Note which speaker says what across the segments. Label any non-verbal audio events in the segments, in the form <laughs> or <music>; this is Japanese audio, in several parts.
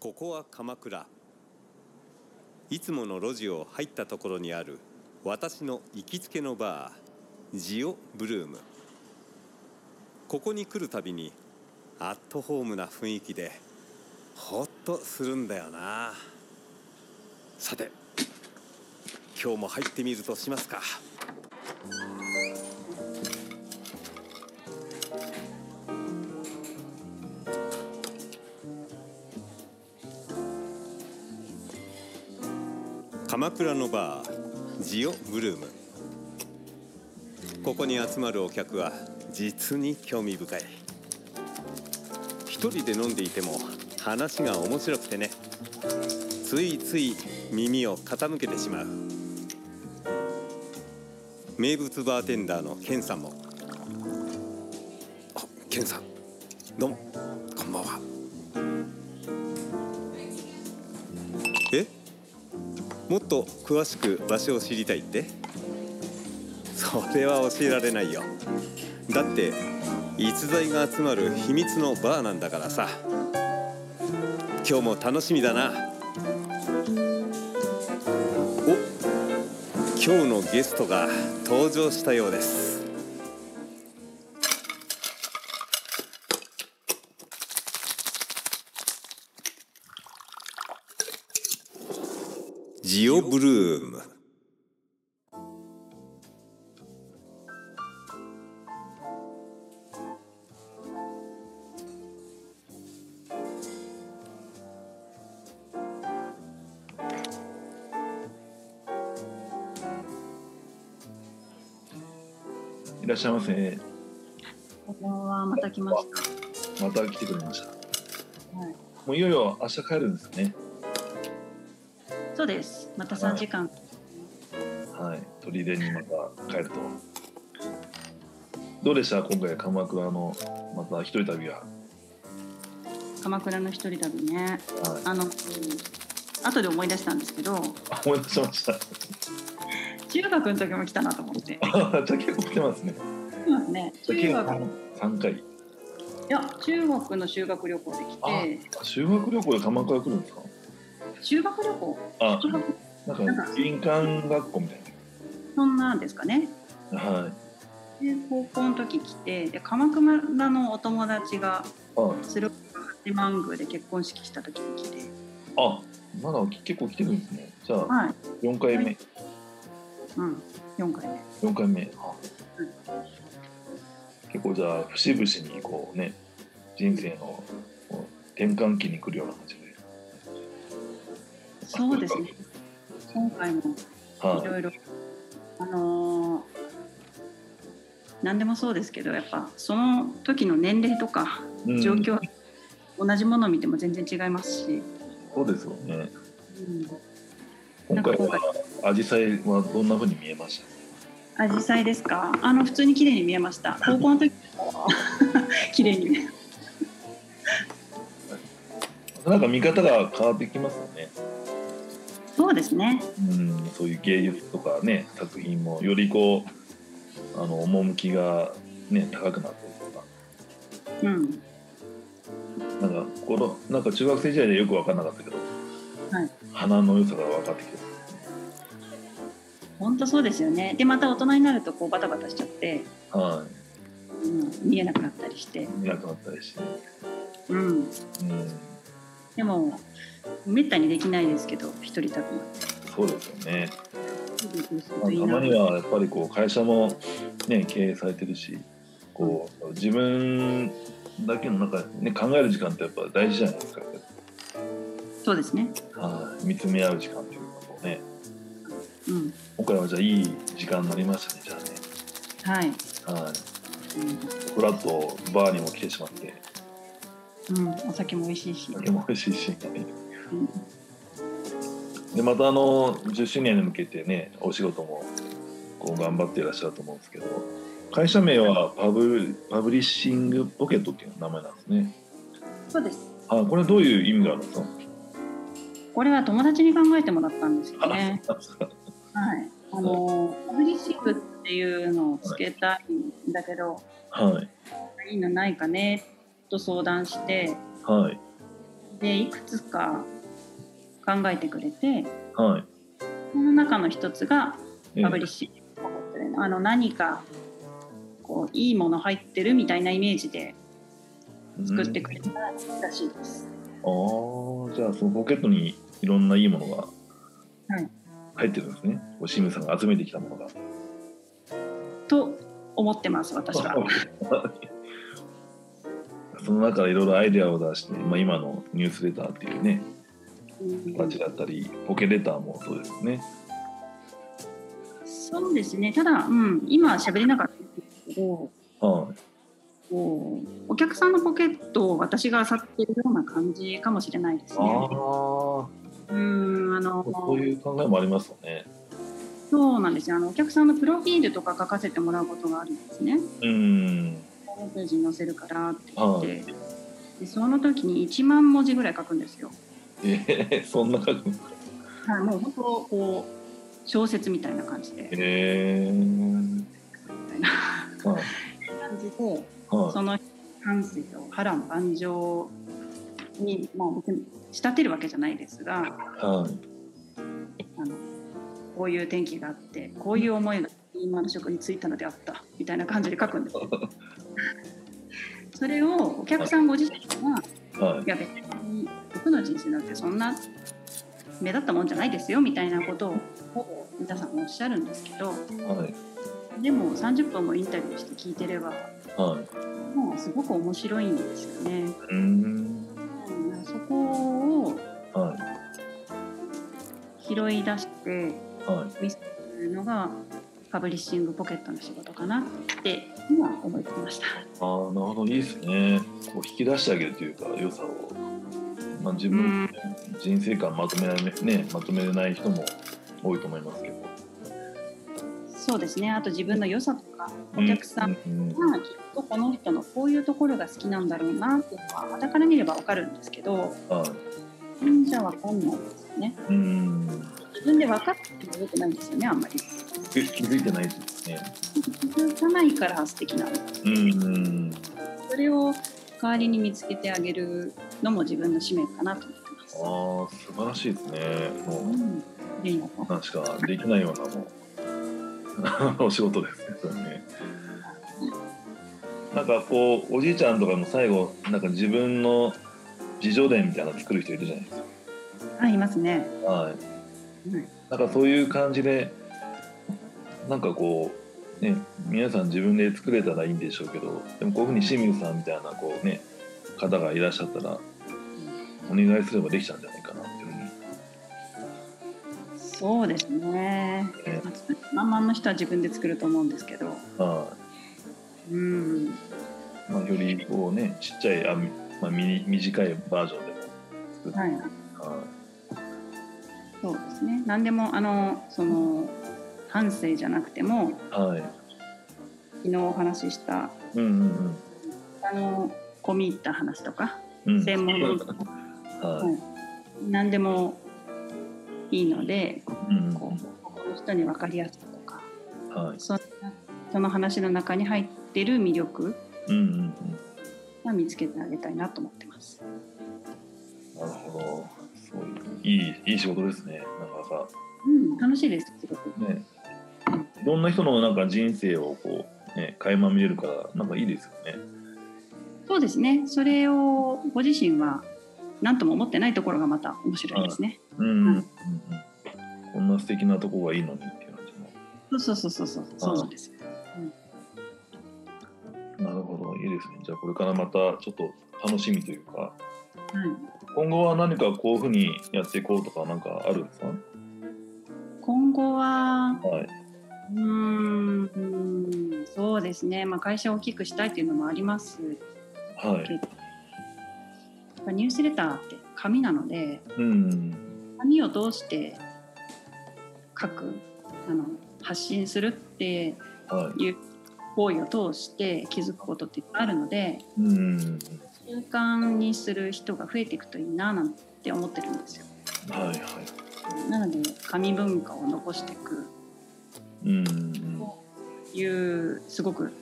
Speaker 1: ここは鎌倉いつもの路地を入ったところにある私の行きつけのバージオブルームここに来るたびにアットホームな雰囲気でホッとするんだよなさて今日も入ってみるとしますか鎌倉のバージオブルームここに集まるお客は実に興味深い一人で飲んでいても話が面白くてねついつい耳を傾けてしまう名物バーテンダーのケンさんもあケンさんどうもこんばんはえもっと詳しく場所を知りたいってそれは教えられないよだって逸材が集まる秘密のバーなんだからさ今日も楽しみだなお今日のゲストが登場したようですジオブルーム
Speaker 2: いらっしゃいませ。
Speaker 3: こんばんは、また来まし
Speaker 2: また来てくれました。
Speaker 3: た。はい、
Speaker 2: もういよいよ明日帰るんですよね。
Speaker 3: そうです。また3時間。
Speaker 2: はい。取り出にまた帰ると。どうでした今回鎌倉のまた一人旅は。
Speaker 3: 鎌倉の一人旅ね。
Speaker 2: はい。
Speaker 3: あの、うん後で思い出したんですけど、
Speaker 2: あ思い出しました。
Speaker 3: 中学の時も来たなと思って。
Speaker 2: あじゃあ結構来てますね。
Speaker 3: そうですね。
Speaker 2: じ
Speaker 3: 中
Speaker 2: ゃあ
Speaker 3: 学、い
Speaker 2: 結構三回。
Speaker 3: や、中学の修学旅行で来て、
Speaker 2: あ修学旅行で鎌倉来るんですか。
Speaker 3: 修学旅行、
Speaker 2: あ
Speaker 3: 修学
Speaker 2: なんか林間学校みたい
Speaker 3: そんなんですかね。
Speaker 2: な。はい。
Speaker 3: で、高校の時来て、で、鎌倉のお友達が
Speaker 2: あ
Speaker 3: 鶴岡八幡宮で結婚式した時に来て、
Speaker 2: あまだ結構来てるんですね。じゃあ
Speaker 3: はい、
Speaker 2: 四回目
Speaker 3: うん、4回目。
Speaker 2: 四回目。あ結構じゃあ節々にこうね人生のこう転換期に来るような感じで。
Speaker 3: そうですね。今回もい
Speaker 2: は
Speaker 3: ろいろ、あのー何でもそうですけどやっぱその時の年齢とか
Speaker 2: い。うん
Speaker 3: 状況、同じものを見ても全然違いますし、
Speaker 2: そうですよね。
Speaker 3: うん、
Speaker 2: 今回
Speaker 3: なんか
Speaker 2: は紫陽花はどんな風に見えまし
Speaker 3: 紫陽花ですかあの普通に綺麗に見えました高校の時も <laughs> 綺麗に見え
Speaker 2: た。なんか見方が変わってきますよね。
Speaker 3: そうですね
Speaker 2: うんそういう芸術とかね作品もよりこうあの趣がね高くなってるとか。
Speaker 3: うん
Speaker 2: なんかこのなんか中学生時代でよく分からなかったけど、
Speaker 3: はい
Speaker 2: 花の良さが分かってきて
Speaker 3: 本当そうですよねでまた大人になるとこうバタバタしちゃって、
Speaker 2: る、は
Speaker 3: うん、見えなくなったりして、
Speaker 2: い、見なくなったりして、
Speaker 3: うん、
Speaker 2: うん、
Speaker 3: でもめったにできないですけど一人旅は。
Speaker 2: そうですよね、まあ、
Speaker 3: いい
Speaker 2: た
Speaker 3: な
Speaker 2: まにはやっぱりこう会社も、ね、経営されてるしこう自分だけの中で、ね、考える時間ってやっぱ大事じゃないですか、
Speaker 3: そうですね。
Speaker 2: はい、見つめ合う時間っていうかこうね
Speaker 3: うん。
Speaker 2: 今回はじゃあいい時間になりましたねじゃ
Speaker 3: はい。
Speaker 2: あね、はい、ふらっとバーにも来てしまって
Speaker 3: うん。お酒も美味しいし。
Speaker 2: 酒も美味しいし。
Speaker 3: うん
Speaker 2: でまたあの10周年に向けてねお仕事もこう頑張っていらっしゃると思うんですけど会社名はパブパブリッシングポケットっていう名前なんですね
Speaker 3: そうです。
Speaker 2: あこれはどういう意味があるんですか
Speaker 3: これは友達に考えてもらったんですよね。
Speaker 2: あそうなんで
Speaker 3: はい。あのパブリッシングっていうのをつけたいんだけど、
Speaker 2: すかはい
Speaker 3: いいのないかねと相談して、
Speaker 2: はい
Speaker 3: でいくつか考えてくれて
Speaker 2: はい。
Speaker 3: その中の一つが
Speaker 2: ええ
Speaker 3: パブリッシングってねあの何かこういいもの入ってるみたいなイメージで作ってくれたらしいです。
Speaker 2: ああ、じゃあそのポケットにいろんないいものが
Speaker 3: い
Speaker 2: 入ってるんですね。お清水さんが集めてきたものが。
Speaker 3: と思ってます私は。
Speaker 2: <laughs> その中からいろいろアイデアを出して、まあ、今のニュースレターっていうね
Speaker 3: うん
Speaker 2: 形だったりポケレターもそうですね。
Speaker 3: そうですねただ、うん、今は喋れなかったんですけど
Speaker 2: は
Speaker 3: こうお客さんのポケットを私が漁ってるような感じかもしれないで
Speaker 2: い、
Speaker 3: す
Speaker 2: あ
Speaker 3: ね。
Speaker 2: あ
Speaker 3: うんあの
Speaker 2: そういう考えもありますよね。
Speaker 3: そうなんですよあのお客さんのプロフィールとか書かせてもらうことがあるんですね。
Speaker 2: うん
Speaker 3: ホームページに載せるからって言っ
Speaker 2: は
Speaker 3: て、
Speaker 2: い、
Speaker 3: でその時に1万文字ぐらい書くんですよ。
Speaker 2: えー、そんな書くんですか
Speaker 3: はい、もう本当こう小説みたいな感じで
Speaker 2: えー、
Speaker 3: みたいな
Speaker 2: はい
Speaker 3: 感じで
Speaker 2: は
Speaker 3: その感性を波乱万丈に、まあ、別に仕立てるわけじゃないですが
Speaker 2: いはい
Speaker 3: あのこういう天気があってこういう思いが今の職に就いたのであったみたいな感じで書くん <laughs> ですよ。それをお客さんご自身が
Speaker 2: はい
Speaker 3: いや別に僕の人生なんてそんな目立ったもんじゃないですよみたいなことをほぼ皆さんおっしゃるんですけど
Speaker 2: はい
Speaker 3: でも30分もインタビューして聞いてれば
Speaker 2: はい。
Speaker 3: もうすごく面白いんですよね。
Speaker 2: うーん
Speaker 3: うんそこを
Speaker 2: は
Speaker 3: 拾い出して
Speaker 2: いはい。
Speaker 3: 見せるのがパブリッシングポケットの仕事かなって今思いつきました。
Speaker 2: ああなるほどいいですね。こう引き出してあげるというか良さを、まあ自
Speaker 3: う
Speaker 2: 分
Speaker 3: ん
Speaker 2: の人生観まとめられねまとめれない人も多いと思いますけど。
Speaker 3: そうですねあと自分の良さとかお客さん
Speaker 2: ううん
Speaker 3: まあ、きっとこの人のこういうところが好きなんだろうなっていうのは肌から見ればわかるんですけど
Speaker 2: はい。
Speaker 3: うんじゃわかんないですよね
Speaker 2: うーん。
Speaker 3: 自分で分かってもよくないんですよねあんまり
Speaker 2: 気気づいてないですね。
Speaker 3: 気づかないから素敵なの
Speaker 2: うーん。
Speaker 3: それを代わりに見つけてあげるのも自分の使命かなと思ってま
Speaker 2: ああ
Speaker 3: す、
Speaker 2: 素晴らしいですね。
Speaker 3: う、
Speaker 2: もうん
Speaker 3: いいのか
Speaker 2: なんしかできないようなもう <laughs> お仕事ですねそれね。なんかこうおじいちゃんとかも最後なんか自分の自叙伝みたいなの作る人いるじゃないです
Speaker 3: あいますね、
Speaker 2: か。はい。
Speaker 3: うん
Speaker 2: なんかそういう感じでなんかこうね皆さん自分で作れたらいいんでしょうけどでもこういうふうに清水さんみたいなこうね方がいらっしゃったらお願いすればできちゃうんじゃないかなっていうふうに
Speaker 3: そうですね
Speaker 2: え
Speaker 3: まあ満々の人は自分で作ると思うんですけど
Speaker 2: はい。
Speaker 3: うん
Speaker 2: まあ、よりこうねちっちゃいあ、みまあ、ミニ短いバージョンでも作って、
Speaker 3: はい
Speaker 2: は
Speaker 3: そうですね何でもあのその反省じゃなくても
Speaker 2: い、はい、
Speaker 3: 昨日お話しした
Speaker 2: うんうん
Speaker 3: あの込み入った話とか
Speaker 2: うんうん
Speaker 3: 専門の
Speaker 2: はい、
Speaker 3: 何でもいいので
Speaker 2: うん
Speaker 3: こうこの人に分かりやすいとか
Speaker 2: はい、
Speaker 3: そんなその話の中に入ってる魅力
Speaker 2: うんうんうん
Speaker 3: は見つけてあげたいなと思ってます。
Speaker 2: なるほどすごいいいいい仕事ですねなかなか
Speaker 3: うん、楽しいですすごく。
Speaker 2: ねいろんな人のなんか人生をこうね垣間見れるからなんかいいですよね
Speaker 3: そうですねそれをご自身は何とも思ってないところがまた面白いですね。
Speaker 2: うんうんうんうんこんな素敵なとこがいいのにっていう感じも
Speaker 3: そうそうそうそうそうそうなんですよ。
Speaker 2: なるほどいいですねじゃあこれからまたちょっと楽しみというか
Speaker 3: はい
Speaker 2: 今後は何かこういうふうにやっていこうとかなんかあるんですか
Speaker 3: 今後は
Speaker 2: はい。
Speaker 3: うーんうーんそうですね、まあ、会社を大きくしたいというのもあります
Speaker 2: はい。
Speaker 3: やっぱニュースレターって紙なので
Speaker 2: うん。
Speaker 3: 紙を通して書くあの発信するって
Speaker 2: は
Speaker 3: いう行為を通して気づくことっていっぱいあるので
Speaker 2: い。うん。
Speaker 3: 習慣にする人が増えていくといいななんて思ってるんですよ。
Speaker 2: はいはい。
Speaker 3: なので紙文化を残していく
Speaker 2: うん。
Speaker 3: いうすごく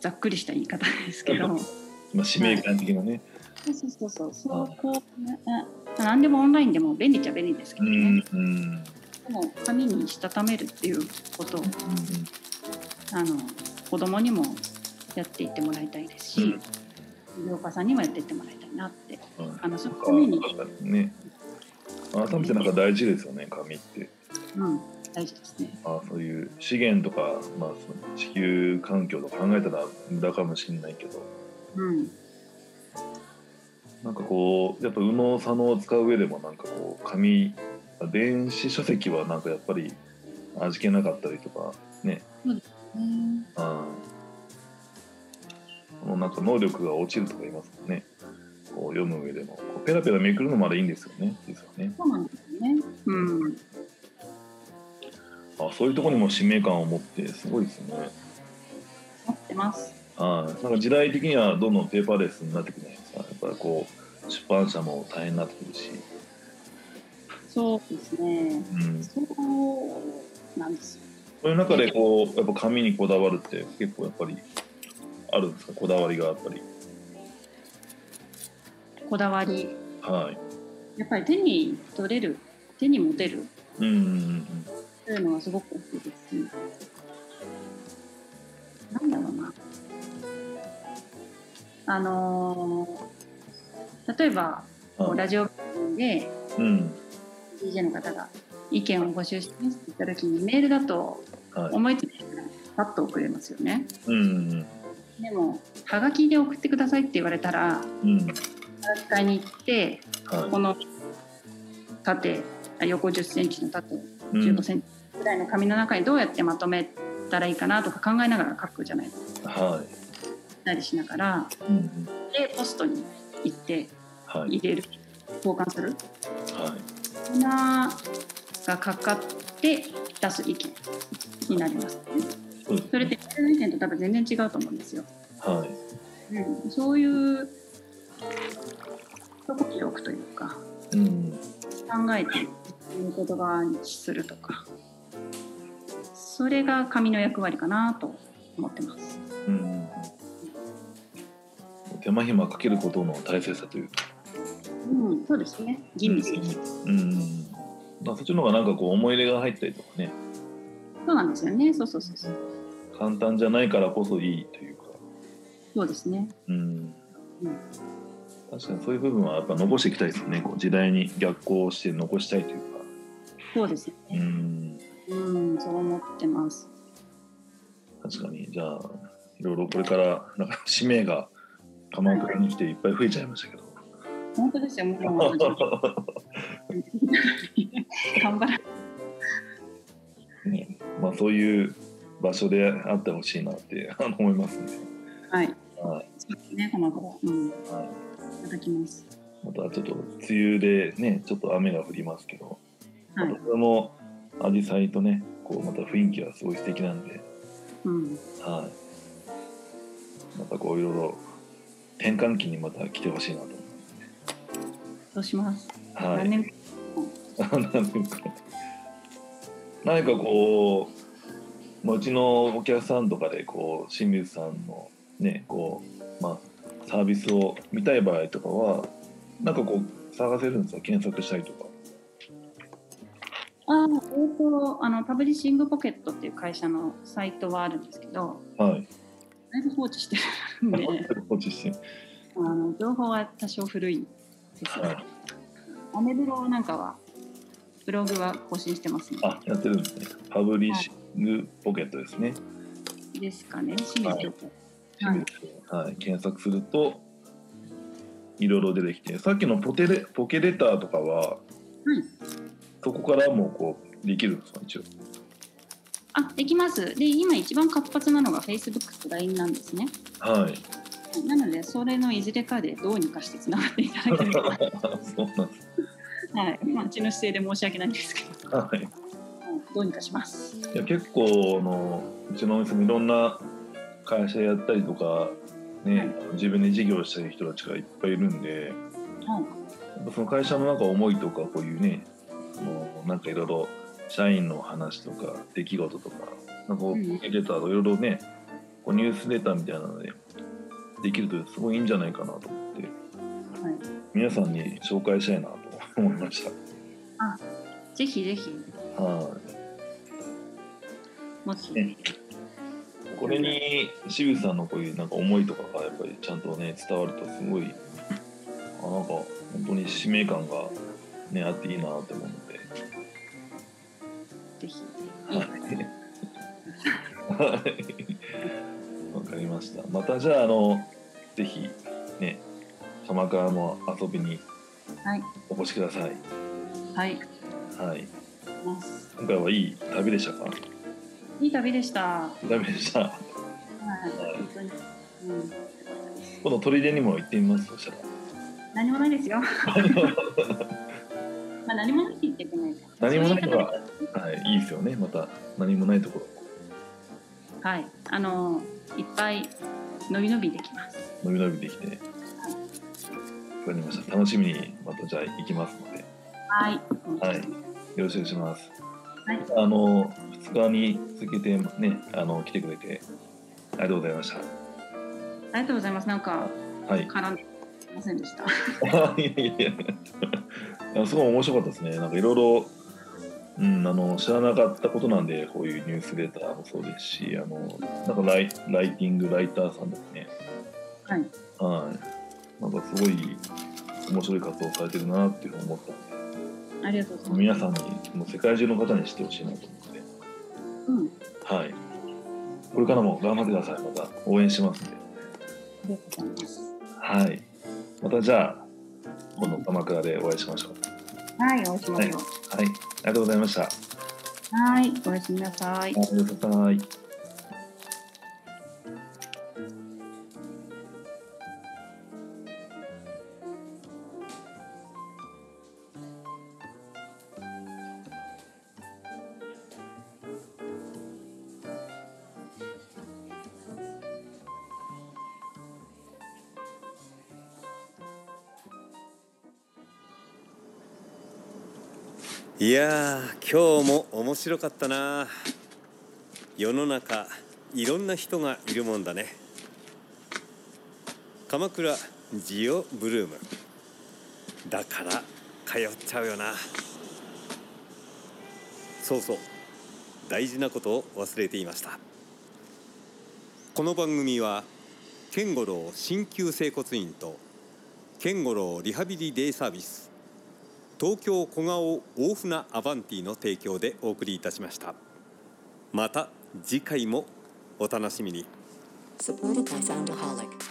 Speaker 3: ざっくりした言い方ですけど。
Speaker 2: まあ使命感的なね。
Speaker 3: そうそうそうそうこう、ね、あ何でもオンラインでも便利っちゃ便利ですけ
Speaker 2: う
Speaker 3: どね
Speaker 2: ん、うん
Speaker 3: でも紙にしたためるっていうことをあの子供にもやっていってもらいたいですし、医療家さんにもやっていってもらいたいなって
Speaker 2: うん
Speaker 3: あのそのために、
Speaker 2: 確かにね改めてなんか大事ですよね紙って
Speaker 3: うん、大事ですね。
Speaker 2: あそういう資源とか、まあ、その地球環境とか考えたら無駄かもしれないけど
Speaker 3: うん、
Speaker 2: なんかこうやっぱ右脳左脳を使う上でもなんかこう紙電子書籍はなんかやっぱり味気なかったりとかねうんもうなんか能力が落ちるとか言いますもんねこう読む上でもこうペラペラめくるのまでいいんですよね実はね
Speaker 3: そうなんですよね。うん、
Speaker 2: あそういうところにも使命感を持ってすごいですね
Speaker 3: 持ってます。
Speaker 2: はい、なんか時代的にはどんどんペーパーレスになってくるじゃないですかやっぱりこう出版社も大変になってくるし、
Speaker 3: そうですね。
Speaker 2: うん、そ
Speaker 3: そうなんですよ。
Speaker 2: ういう中でこうやっぱ紙にこだわるって結構やっぱりあるんですかこだわりがやっぱり
Speaker 3: こだわり、
Speaker 2: はい
Speaker 3: やっぱり手に取れる、手に持てる
Speaker 2: うんうんうん
Speaker 3: というのはすごく大きいですね。なんだろうな。あのー例えば、こう
Speaker 2: はい
Speaker 3: ラジオで
Speaker 2: うん
Speaker 3: DJ の方が意見を募集してますって言った時にメールだと
Speaker 2: はい
Speaker 3: 思いついたらパッと送れますよね。
Speaker 2: うんうん
Speaker 3: でもはがきで送ってくださいって言われたら
Speaker 2: うん
Speaker 3: 学会に行ってこ
Speaker 2: は
Speaker 3: の縦あ横1 0センチの縦
Speaker 2: いうん
Speaker 3: 1 5センチぐらいの紙の中にどうやってまとめたらいいかなとか考えながら書くじゃないですか。
Speaker 2: は
Speaker 3: たりしながら
Speaker 2: いうんうん
Speaker 3: でポストに行って
Speaker 2: はい
Speaker 3: 入れる交換する
Speaker 2: はい
Speaker 3: そんながかかって出す意見になります、ね。
Speaker 2: そうです
Speaker 3: それってメールの意見と多分全然違うと思うんですよ。
Speaker 2: はい
Speaker 3: うん、そういう一呼吸置くというか
Speaker 2: うん
Speaker 3: 考えていう言葉にするとかそれが紙の役割かなと思ってます。
Speaker 2: うん手間暇かけることの大切さというか
Speaker 3: うん、そうですね。吟味する。
Speaker 2: うんうんうんまあそっちの方がなんかこう思い入れが入ったりとかね
Speaker 3: そうなんですよね。そうそうそうそう。
Speaker 2: 簡単じゃないからこそいいというか、
Speaker 3: そうですね。
Speaker 2: うん
Speaker 3: うん
Speaker 2: 確かにそういう部分はやっぱ残していきたいですよねこう時代に逆行して残したいというか、
Speaker 3: そうです
Speaker 2: う
Speaker 3: ね。
Speaker 2: ん、
Speaker 3: うん、そう思ってます。
Speaker 2: 確かにじゃあいろいろこれからなんか使命が鎌倉に来ていっぱい増えちゃいましたけど、 <laughs>
Speaker 3: 本当ですよ。もう頑張らない。
Speaker 2: ねまあ、そういう場所であってほしいなってあの <laughs> 思いますね。
Speaker 3: はい。
Speaker 2: はい
Speaker 3: そうですね。鎌倉。うん。い
Speaker 2: はい
Speaker 3: ただきます。
Speaker 2: またちょっと梅雨でねちょっと雨が降りますけど、
Speaker 3: は
Speaker 2: ま
Speaker 3: い
Speaker 2: た。これも紫陽花とねこうまた雰囲気がすごい素敵なんで、
Speaker 3: うん。
Speaker 2: はい、またこういろいろ転換期にまた来てほしいなと
Speaker 3: そうします。
Speaker 2: 思う、は
Speaker 3: 何
Speaker 2: い、
Speaker 3: 年。
Speaker 2: <laughs> 何か何かこう、まあ、うちのお客さんとかでこう清水さんのねこう、まあ、サービスを見たい場合とかはなんかこう探せるんですか検索したりとか。
Speaker 3: ああ、えーと、あの、パブリッシングポケットっていう会社のサイトはあるんですけど。
Speaker 2: はい、
Speaker 3: だいぶ放置してるんで、
Speaker 2: <laughs> 放置して
Speaker 3: あの、情報は多少古い。です
Speaker 2: はい
Speaker 3: が、アメブロなんかは。ブログは更新してますね。
Speaker 2: あやってるんですねパブリッシングポケットですね、
Speaker 3: ですかね。清水京子。は
Speaker 2: はい
Speaker 3: い。
Speaker 2: 検索するといろいろ出てきてさっきのポテレポケレターとかは、
Speaker 3: うん
Speaker 2: そこからもこうできるんですか一応
Speaker 3: あ、できます。で、今一番活発なのが Facebook と LINE なんですね。
Speaker 2: はい <laughs>
Speaker 3: なので、それのいずれかでどうにかしてつながっていただけ
Speaker 2: <laughs>
Speaker 3: れば、
Speaker 2: そうなんです
Speaker 3: はいまあ、うちの姿勢で申し訳ないんですけど、
Speaker 2: はい
Speaker 3: どうにかします。
Speaker 2: いや結構あのうちのお店もいろんな会社やったりとかね、
Speaker 3: はい
Speaker 2: あの自分で事業してる人たちがいっぱいいるんで
Speaker 3: はい、
Speaker 2: やっぱその会社のなんか思いとかこういうねもうなんかいろいろ社員の話とか出来事とかなんかこう
Speaker 3: うん
Speaker 2: レターとかいろいろねこうニュースレターみたいなのでできるとすごいいいんじゃないかなと思って
Speaker 3: は
Speaker 2: 皆さんに紹介したいなと思いました。
Speaker 3: ぜひぜひ、
Speaker 2: は
Speaker 3: もし、
Speaker 2: ねい、これに渋さんのこういうなんか思いとかがやっぱりちゃんとね伝わるとすごいあなんか本当に使命感がねあっていいなって思うので。
Speaker 3: ぜひ。
Speaker 2: はい。はい。わかりました。またじゃああのぜひね鎌倉も遊びに
Speaker 3: はい
Speaker 2: お越しください。
Speaker 3: はい、
Speaker 2: はい。今回はいい旅でしたか？
Speaker 3: いい旅でした。は
Speaker 2: ダメでした。
Speaker 3: い、本当に。うん、
Speaker 2: 今度砦にも行ってみます。そしたら。
Speaker 3: 何もないです
Speaker 2: <laughs>
Speaker 3: よ。まあ、何もないって言ってくないか。
Speaker 2: 何もないのが
Speaker 3: そうう方
Speaker 2: はい、いいですよね。また何もないとこ
Speaker 3: がはい、あの、いっぱい、のびのびできます。
Speaker 2: ろ伸び伸びできて。わかりました。楽しみにまたじゃあ行きますので、よ
Speaker 3: はい。
Speaker 2: はいろしくお願いします。
Speaker 3: はい
Speaker 2: あの2日に続けてね、あの来てくれてありがとうございました。
Speaker 3: ありがとうございます。なんか、
Speaker 2: はい。
Speaker 3: 絡んでませんでした。
Speaker 2: <laughs> いやいやいや。すごい面白かったですね。なんかいろいろ。うん、あの知らなかったことなんでこういうニュースレターもそうですしあのなんかライライティングライターさんですね
Speaker 3: はい。
Speaker 2: はい、なんかすごい面白い活動をされてるなっていうふうに思ったん
Speaker 3: ありがとうございま
Speaker 2: で、
Speaker 3: す。
Speaker 2: 皆さんに、もう世界中の方に知ってほしいなと思って、
Speaker 3: うん。
Speaker 2: はい、これからも頑張ってください、また応援しますんで、
Speaker 3: ありがとうございます。
Speaker 2: はい、またじゃあ、今度、鎌倉でお会いしましょう。
Speaker 3: はい、お会いしましょう。
Speaker 2: はい、ありがとうございました。
Speaker 3: はい、おやすみなさい。
Speaker 2: おやすみなさい。
Speaker 1: いやー今日も面白かったな世の中いろんな人がいるもんだね鎌倉ジオブルームだから通っちゃうよなそうそう大事なことを忘れていましたこの番組は健五郎鍼灸整骨院と健五郎リハビリデイサービス東京小顔大船アバンティの提供でお送りいたしましたまた次回もお楽しみに
Speaker 4: Supported by Soundaholic.